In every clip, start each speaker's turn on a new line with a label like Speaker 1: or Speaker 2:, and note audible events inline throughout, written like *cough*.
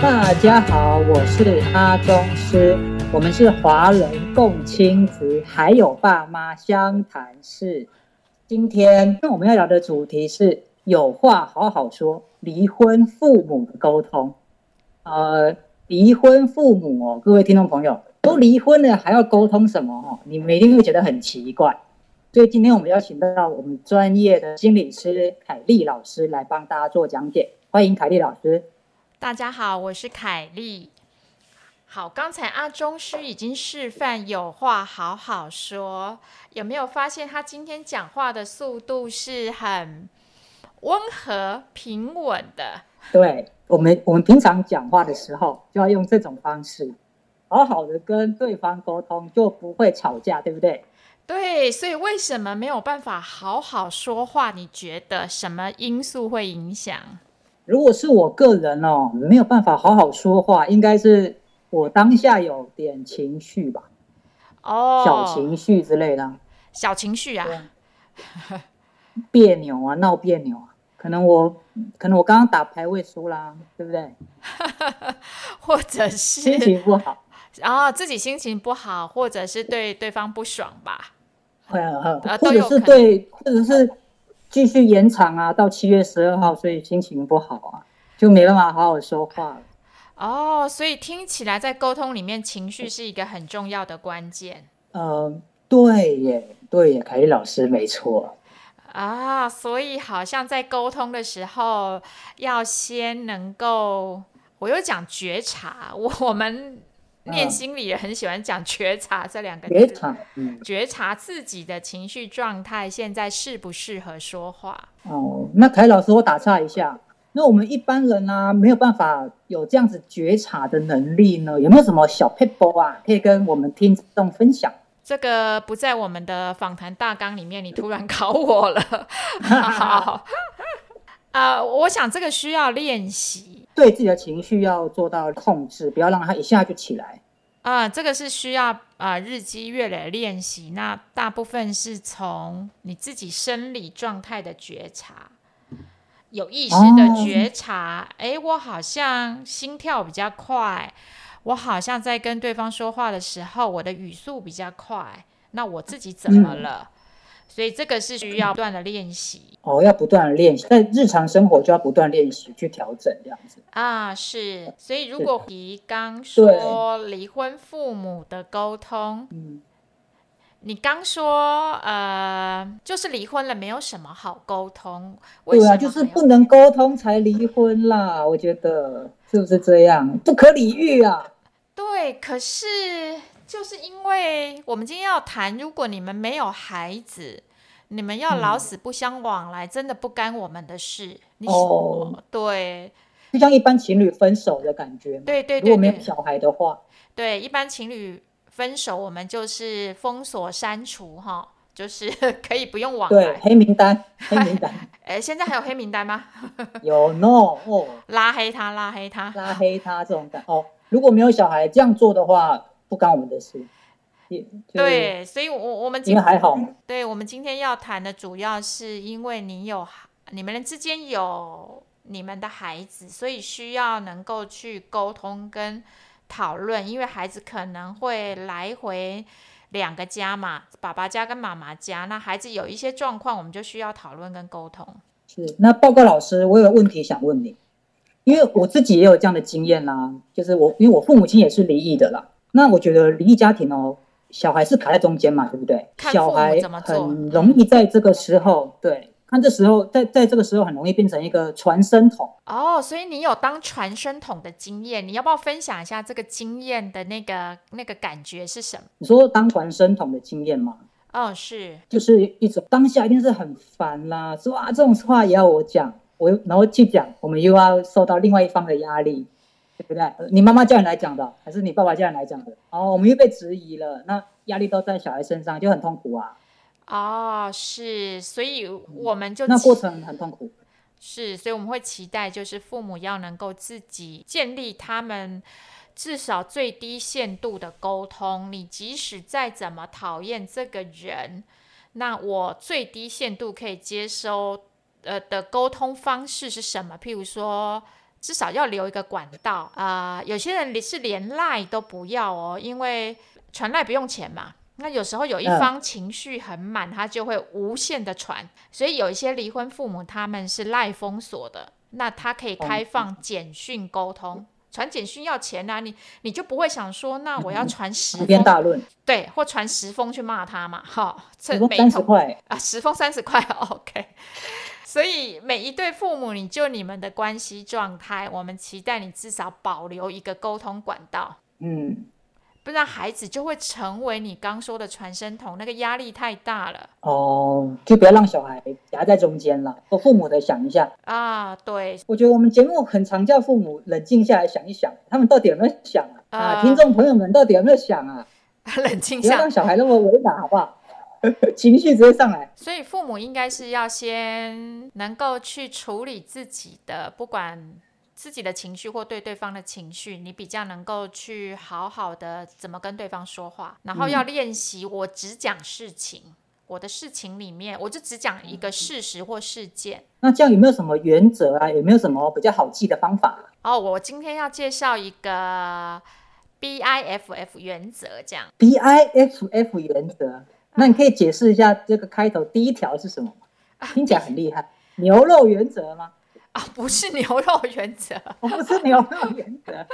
Speaker 1: 大家好，我是阿宗师，我们是华人共青局，还有爸妈湘潭市。今天那我们要聊的主题是有话好好说，离婚父母的沟通。呃，离婚父母哦，各位听众朋友都离婚了，还要沟通什么哦？你们一定会觉得很奇怪。所以今天我们邀请到我们专业的心理师凯丽老师来帮大家做讲解，欢迎凯丽老师。
Speaker 2: 大家好，我是凯莉。好，刚才阿中师已经示范有话好好说，有没有发现他今天讲话的速度是很温和平稳的？
Speaker 1: 对我们，我们平常讲话的时候就要用这种方式，好好的跟对方沟通，就不会吵架，对不对？
Speaker 2: 对，所以为什么没有办法好好说话？你觉得什么因素会影响？
Speaker 1: 如果是我个人哦，没有办法好好说话，应该是我当下有点情绪吧，
Speaker 2: 哦，
Speaker 1: 小情绪之类的啊，
Speaker 2: 小情绪啊，
Speaker 1: 别扭啊，闹别扭啊，可能我，可能我刚刚打排位输啦，对不对？
Speaker 2: 或者
Speaker 1: 心
Speaker 2: 是
Speaker 1: 情不好，
Speaker 2: 啊自己心情不好，或者是对对方不爽吧？
Speaker 1: 呃，
Speaker 2: 啊
Speaker 1: 或
Speaker 2: 都
Speaker 1: 者
Speaker 2: 有
Speaker 1: 是
Speaker 2: 可能
Speaker 1: 对，或者是继续延长啊，到七月十二号，所以心情不好啊，就没办法好好说话了。
Speaker 2: 哦，所以听起来在沟通里面，情绪是一个很重要的关键
Speaker 1: 呃，对耶，对耶，凯丽老师没错。
Speaker 2: 啊。所以好像在沟通的时候，要先能够，我又讲觉察，我我们念
Speaker 1: 嗯
Speaker 2: 心理也很喜欢讲觉察这两个
Speaker 1: 别
Speaker 2: 字，
Speaker 1: 场，嗯，
Speaker 2: 觉察自己的情绪状态，现在适不适合说话？
Speaker 1: 哦，那凯老师，我打岔一下，那我们一般人啊，没有办法有这样子觉察的能力呢，有没有什么小 p e p l 啊，可以跟我们听众分享？
Speaker 2: 这个不在我们的访谈大纲里面，你突然考我了。 *laughs* 好，呃，我想这个需要练习。
Speaker 1: 对自己的情绪要做到控制，不要让它一下就起来。
Speaker 2: 啊、这个是需要啊、呃日积月累的练习。那大部分是从你自己生理状态的觉察，有意识的觉察。诶，我好像心跳比较快，我好像在跟对方说话的时候，我的语速比较快。那我自己怎么了？所以这个是需要不断的练习。
Speaker 1: 哦，要不断的练习，在日常生活就要不断练习去调整这样子。
Speaker 2: 啊，是，所以如
Speaker 1: 是
Speaker 2: 果提刚
Speaker 1: 对
Speaker 2: 说离婚父母的沟通，
Speaker 1: 嗯，
Speaker 2: 你刚说呃，就是离婚了，没有什么好沟通，为
Speaker 1: 对
Speaker 2: 什
Speaker 1: 啊，
Speaker 2: 么
Speaker 1: 就是
Speaker 2: 还要
Speaker 1: 不能沟通才离婚啦，我觉得是不是这样？不可理喻啊！
Speaker 2: 对，可是就是因为我们今天要谈，如果你们没有孩子，你们要老
Speaker 1: 嗯
Speaker 2: 死不相往来，真的不干我们的事。你是
Speaker 1: 哦，
Speaker 2: 对
Speaker 1: 就像一般情侣分手的感觉嘛。
Speaker 2: 对对
Speaker 1: 如果
Speaker 2: 对
Speaker 1: 没有
Speaker 2: 对
Speaker 1: 小孩的话，
Speaker 2: 对，一般情侣分手，我们就是封锁删除哈，就是 *laughs* 可以不用往
Speaker 1: 对
Speaker 2: 来。
Speaker 1: 黑名单，黑名单
Speaker 2: 哎，现在还有黑名单吗？
Speaker 1: 有 no 哦，
Speaker 2: 拉黑他，拉黑他。
Speaker 1: 拉黑他这种感哦。如果没有小孩这样做的话，不干我们的事。也，就是
Speaker 2: 对，所以我我们
Speaker 1: 因
Speaker 2: 今
Speaker 1: 为还好嘛。
Speaker 2: 对，我们今天要谈的主要是因为你有你们之间有你们的孩子，所以需要能够去沟通跟讨论，因为孩子可能会来回两个家嘛，爸爸家跟妈妈家，那孩子有一些状况，我们就需要讨论跟沟通。
Speaker 1: 是，那报告老师，我有个问题想问你，因为我自己也有这样的经验啦，就是我因为我父母亲也是离异的啦，那我觉得离异家庭哦，小孩是卡在中间嘛，对不对？
Speaker 2: 看
Speaker 1: 小
Speaker 2: 父母
Speaker 1: 孩
Speaker 2: 怎么做嗯
Speaker 1: 很容易在这个时候，对，看这时候在在这个时候很容易变成一个传声筒。
Speaker 2: 哦，所以你有当传声筒的经验，你要不要分享一下这个经验的那个那个感觉是什么？
Speaker 1: 你说当传声筒的经验吗？
Speaker 2: 哦，是
Speaker 1: 就是一种当下一定是很烦啦，说啊这种话也要我讲，我又然后去讲，我们又要受到另外一方的压力，对不对？呃你妈妈叫你来讲的，还是你爸爸叫你来讲的？然后我们又被质疑了，那压力都在小孩身上，就很痛苦啊。
Speaker 2: 哦，是，所以我们就
Speaker 1: 那
Speaker 2: 期
Speaker 1: 过程很痛苦，
Speaker 2: 是，所以我们会期待，就是父母要能够自己建立他们至少最低限度的沟通。你即使再怎么讨厌这个人，那我最低限度可以接收呃的沟通方式是什么？譬如说至少要留一个管道啊、呃有些人是连赖都不要哦，因为传赖不用钱嘛。那有时候有一
Speaker 1: 嗯
Speaker 2: 方情绪很满，他就会无限的传，所以有一些离婚父母他们是赖封锁的，那他可以开放简讯沟通，传简讯要钱啊，你你就不会想说，那我要传十
Speaker 1: 长篇嗯
Speaker 2: 封，
Speaker 1: 大论，
Speaker 2: 对，或传十封去骂他嘛，哈，这
Speaker 1: 不过
Speaker 2: 每
Speaker 1: 三
Speaker 2: 一
Speaker 1: 十
Speaker 2: 通
Speaker 1: 块，
Speaker 2: 啊，十封三十块 *laughs* ，OK。所以每一对父母，你就你们的关系状态，我们期待你至少保留一个沟通管道，
Speaker 1: 嗯，
Speaker 2: 不然孩子就会成为你刚说的传声筒，那个压力太大了
Speaker 1: 哦，就不要让小孩夹在中间了。我父母的想一下，
Speaker 2: 啊！对， *laughs*
Speaker 1: 我觉得我们节目很常叫父母冷静下来想一想，他们到底有没有想啊？
Speaker 2: 啊
Speaker 1: 啊，听众朋友们到底有没有想啊？
Speaker 2: 冷静
Speaker 1: 不要
Speaker 2: 下
Speaker 1: 让小孩那么为难，好不好？ *laughs* 情绪直接上来，
Speaker 2: 所以父母应该是要先能够去处理自己的，不管自己的情绪或对对方的情绪，你比较能够去好好的怎么跟对方说话，然后要练习我只讲事情。我的事情里面，我就只讲一个事实或事件。
Speaker 1: 那这样有没有什么原则啊？有没有什么比较好记的方法啊、
Speaker 2: 哦，我今天要介绍一个 BIFF 原则，这样。
Speaker 1: B I F F 原则。那你可以解释一下这个开头第一条是什么吗？听起来很厉害，牛肉原则吗？
Speaker 2: 啊、不是牛肉原则。 *laughs*
Speaker 1: 我不是牛肉原则，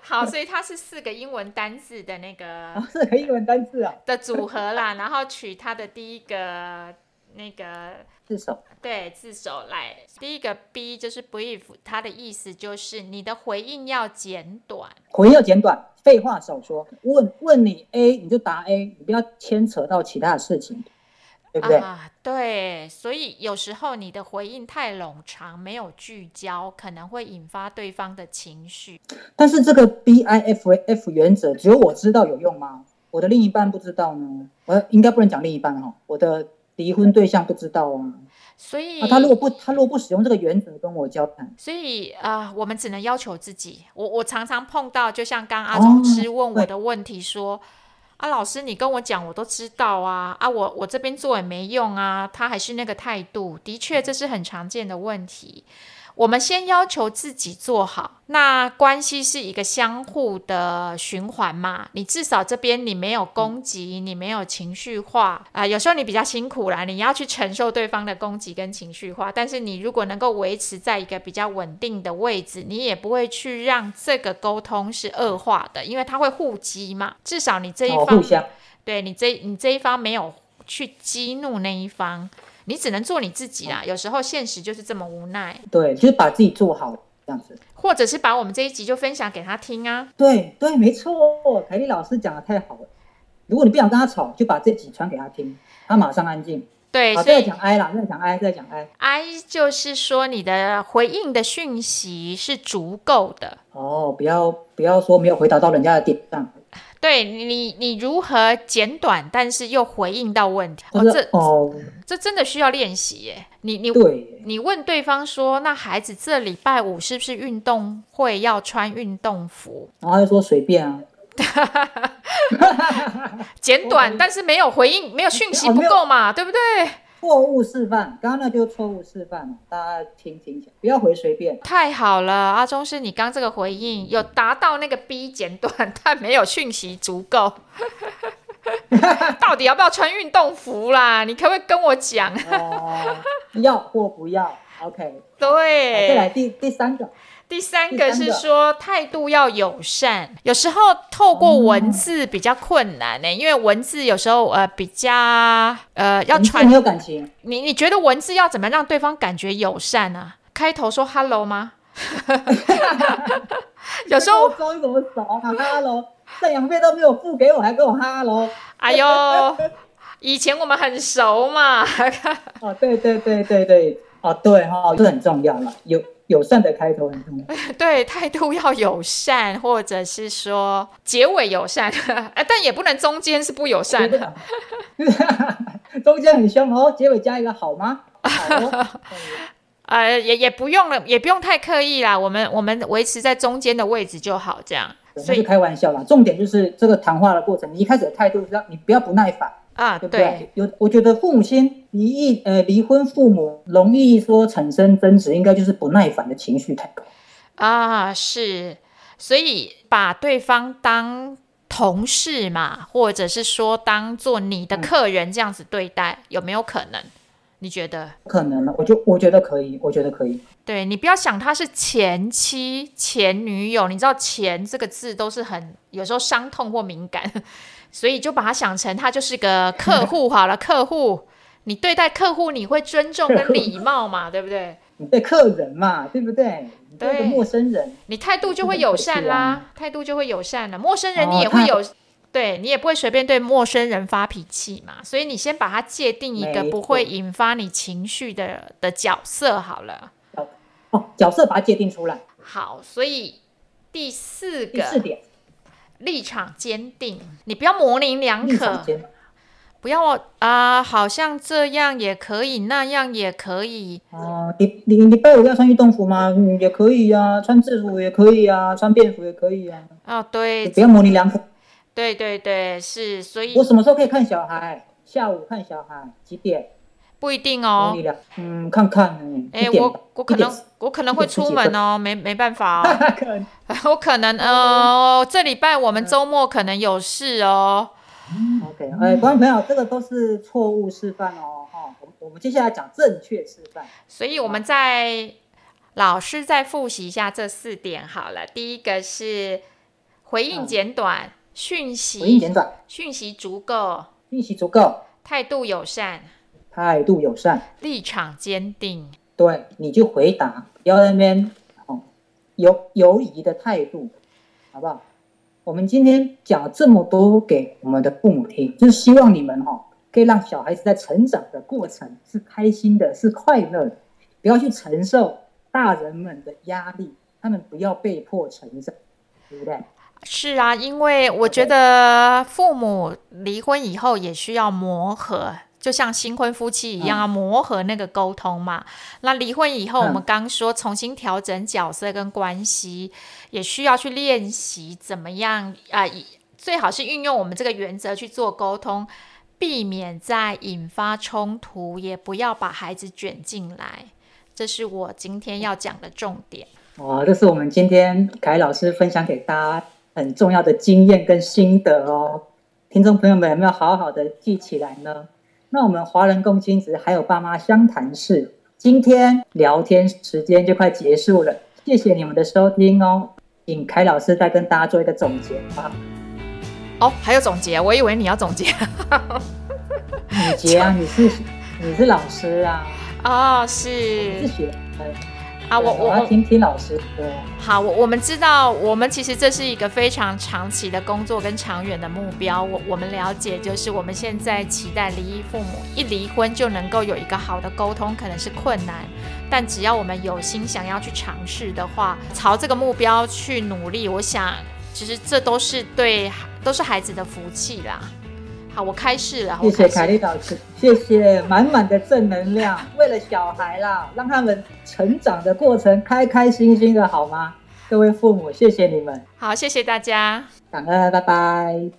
Speaker 2: 好，所以它是四个英文单字的那个
Speaker 1: 啊是个英文单字啊，
Speaker 2: 的组合啦，然后取它的第一个那个
Speaker 1: 是什么？
Speaker 2: 对字首来，第一个 B 就是 brief，它的意思就是你的回应要简短。
Speaker 1: 回要简短，废话少说。问问你 A，你就答 A，你不要牵扯到其他的事情，对不对？
Speaker 2: 啊，对，所以有时候你的回应太冗长，没有聚焦，可能会引发对方的情绪。
Speaker 1: 但是这个 B I F F 原则，只有我知道有用吗？我的另一半不知道呢？我应该不能讲另一半哈、哦，我的离婚对象不知道啊。
Speaker 2: 嗯所以，
Speaker 1: 啊，他如果不，他如果不使用这个原则跟我交谈，
Speaker 2: 所以啊、呃我们只能要求自己。我我常常碰到，就像刚阿
Speaker 1: 哦
Speaker 2: 总师问我
Speaker 1: 对
Speaker 2: 的问题说：“啊，老师，你跟我讲，我都知道啊，啊，我我这边做也没用啊，他还是那个态度。”的确，这是很常见的问题。我们先要求自己做好，那关系是一个相互的循环嘛。你至少这边你没有攻击，你没有情绪化啊、有时候你比较辛苦啦，你要去承受对方的攻击跟情绪化。但是你如果能够维持在一个比较稳定的位置，你也不会去让这个沟通是恶化的，因为它会互击嘛。至少你这一
Speaker 1: 哦，
Speaker 2: 方
Speaker 1: 互相
Speaker 2: 对你这你这一方没有去激怒那一方，你只能做你自己啦。有时候现实就是这么无奈，
Speaker 1: 对，就是把自己做好这样子。
Speaker 2: 或者是把我们这一集就分享给他听啊。
Speaker 1: 对对，没错，凯莉老师讲的太好了。如果你不想跟他吵，就把这集传给他听，他马上安静。
Speaker 2: 对，
Speaker 1: 好，
Speaker 2: 所
Speaker 1: 再来
Speaker 2: 以
Speaker 1: 啊讲 I 啦，再来讲 I，再来讲 I。
Speaker 2: I 就是说你的回应的讯息是足够的。
Speaker 1: 哦，不要不要说没有回答到人家的点上，
Speaker 2: 对你，你你如何简短，但是又回应到问题？
Speaker 1: 就
Speaker 2: 哦，
Speaker 1: 是
Speaker 2: 这
Speaker 1: 哦，
Speaker 2: 这真的需要练习耶。你你
Speaker 1: 对，
Speaker 2: 你问对方说，那孩子这礼拜五是不是运动会要穿运动服？
Speaker 1: 然后他就说随便啊，
Speaker 2: 简短，但是没有回应，没有讯息
Speaker 1: 哦
Speaker 2: 不
Speaker 1: 没有
Speaker 2: 够嘛，对不对？
Speaker 1: 错误示范，刚刚那就是错误示范了，大家听听一下，不要回随
Speaker 2: *laughs*
Speaker 1: 便。
Speaker 2: 太好了，阿忠是你刚这个回应有达到那个 B 简短，但没有讯息足够。 *laughs* 到底要不要穿运动服啦？你可不可以跟我讲？
Speaker 1: 哦，要或不要，OK。好啊再来
Speaker 2: 对，
Speaker 1: 第第三个，
Speaker 2: 第三
Speaker 1: 第
Speaker 2: 个
Speaker 1: 三
Speaker 2: 是
Speaker 1: 个
Speaker 2: 说态度要友善，有时候透过文字比较困难呢、因为文字有时候呃比较呃要
Speaker 1: 文字
Speaker 2: 传
Speaker 1: 没有感情，
Speaker 2: 你你觉得文字要怎么样让对方感觉友善啊？开头说 hello
Speaker 1: *laughs*
Speaker 2: 吗？ *laughs* *laughs* 有时候，
Speaker 1: 周怎么熟啊？Hello，赡养费都没有付给我，还跟我 Hello。
Speaker 2: 哎呦，以前我们很
Speaker 1: *laughs*
Speaker 2: 熟嘛，
Speaker 1: 哦，对对对对对，哦对哈、哦，这很重要了，友友善的开头很重要。
Speaker 2: 对，态度要友善，或者是说结尾友善， *laughs* 哎但也不能中间是不友善的。 *laughs*
Speaker 1: 中间很凶哦，结尾加一个好吗？好哦，
Speaker 2: 呃，也也不用了，也不用太刻意啦，我们我们维持在中间的位置就好，这样。
Speaker 1: 我
Speaker 2: 所
Speaker 1: 们就
Speaker 2: 以
Speaker 1: 开玩笑啦。重点就是这个谈话的过程，你一开始的态度是要你不要不耐烦，
Speaker 2: 啊，
Speaker 1: 对不对？有我觉得父母亲离异呃离婚父母容易说产生争执，应该就是不耐烦的情绪太高。
Speaker 2: 啊，是，所以把对方当同事嘛，或者是说当做你
Speaker 1: 嗯
Speaker 2: 的客人这样子对待，有没有可能？你觉得？
Speaker 1: 可能了，我就我觉得可以，我觉得可以。
Speaker 2: 对你不要想她是前妻、前女友，你知道“前”这个字都是很有时候伤痛或敏感，所以就把它想成她就是个
Speaker 1: *laughs*
Speaker 2: 客户好了。客户，你对待客户你会尊重跟
Speaker 1: *laughs*
Speaker 2: 礼貌嘛，对不对？
Speaker 1: 你对客人嘛，对不对？你对一个
Speaker 2: 对
Speaker 1: 陌生人，
Speaker 2: 你态度就会友善啦，态度就会友善了。陌生人
Speaker 1: 啊哦
Speaker 2: 你也会
Speaker 1: 态
Speaker 2: 有，对你也不会随便对陌生人发脾气嘛。所以你先把它界定一个
Speaker 1: 没
Speaker 2: 不会
Speaker 1: 错
Speaker 2: 引发你情绪的的角色好了。
Speaker 1: 哦，角色把它界定出来。
Speaker 2: 好，所以第四
Speaker 1: 第
Speaker 2: 个
Speaker 1: 四点，
Speaker 2: 立场坚定，你不要模棱两
Speaker 1: 立
Speaker 2: 可
Speaker 1: 场，间
Speaker 2: 不要啊、好像这样也可以，那样也可以。
Speaker 1: 哦，礼礼礼拜五要穿运动服吗？嗯，也可以啊，穿制服也可以啊，穿便服也可以啊，
Speaker 2: 哦，对
Speaker 1: 不，要模棱两可。
Speaker 2: 对对对，是，所以
Speaker 1: 我什么时候可以看小孩？下午看小孩几点？
Speaker 2: 不一定
Speaker 1: 模
Speaker 2: 哦
Speaker 1: 棱。两，嗯，看看，嗯，
Speaker 2: 哎、
Speaker 1: 一点吧
Speaker 2: 我我可
Speaker 1: 一点
Speaker 2: 能我可能会
Speaker 1: 一点十
Speaker 2: 出
Speaker 1: 几
Speaker 2: 门
Speaker 1: 分
Speaker 2: 哦，没没办法哦，
Speaker 1: 大 *laughs* 可能
Speaker 2: *laughs* 我可能呃，这礼拜我们周末可能有事哦。
Speaker 1: OK，哎，观众朋友，这个都是错误示范哦，哈、我们我们接下来讲正确示范。
Speaker 2: 所以我们再老师再复习一下这四点好了。第一个是回应
Speaker 1: 嗯
Speaker 2: 简短，讯
Speaker 1: 回应
Speaker 2: 息
Speaker 1: 简短，
Speaker 2: 讯息足够，
Speaker 1: 信息足够，
Speaker 2: 态度友善，
Speaker 1: 态度友善，
Speaker 2: 立场坚定。
Speaker 1: 对，你就回答，不要在那边哦犹犹疑的态度，好不好？我们今天讲了这么多给我们的父母听，就是希望你们哈、哦，可以让小孩子在成长的过程是开心的，是快乐的，不要去承受大人们的压力，他们不要被迫成长，对不对？
Speaker 2: 是啊，因为我觉得父母离婚以后也需要磨合，就像新婚夫妻一样啊，磨合那个沟通嘛。那离婚以后，
Speaker 1: 嗯
Speaker 2: 我们刚说重新调整角色跟关系，也需要去练习怎么样啊、以最好是运用我们这个原则去做沟通，避免再引发冲突，也不要把孩子卷进来。这是我今天要讲的重点。
Speaker 1: 哇，哦这是我们今天凯老师分享给大家很重要的经验跟心得哦。听众朋友们有没有好好的记起来呢？那我们华人共亲子还有爸妈相谈室，今天聊天时间就快结束了，谢谢你们的收听哦。请凯老师再跟大家做一个总结吧，
Speaker 2: 哦，还有总结，我以为你要总
Speaker 1: *laughs*
Speaker 2: 结。
Speaker 1: 你杰
Speaker 2: *laughs*
Speaker 1: 啊，你是你是老师啊，
Speaker 2: 哦，
Speaker 1: 你是 *laughs*
Speaker 2: 是
Speaker 1: 学生
Speaker 2: 啊，我
Speaker 1: 对
Speaker 2: 我
Speaker 1: 要
Speaker 2: 我
Speaker 1: 听听老师的，
Speaker 2: 好，我我们知道，我们其实这是一个非常长期的工作跟长远的目标。我我们了解，就是我们现在期待离异父母一离婚就能够有一个好的沟通，可能是困难，但只要我们有心想要去尝试的话，朝这个目标去努力，我想其实这都是对都是孩子的福气啦。好，我开始了，
Speaker 1: 谢
Speaker 2: 我
Speaker 1: 谢
Speaker 2: 开始
Speaker 1: 凯丽老师，谢谢满满的正能量，为了小孩啦，让他们成长的过程开开心心的好吗？各位父母，谢谢你们，
Speaker 2: 好，谢谢大家。
Speaker 1: 感恩，拜拜。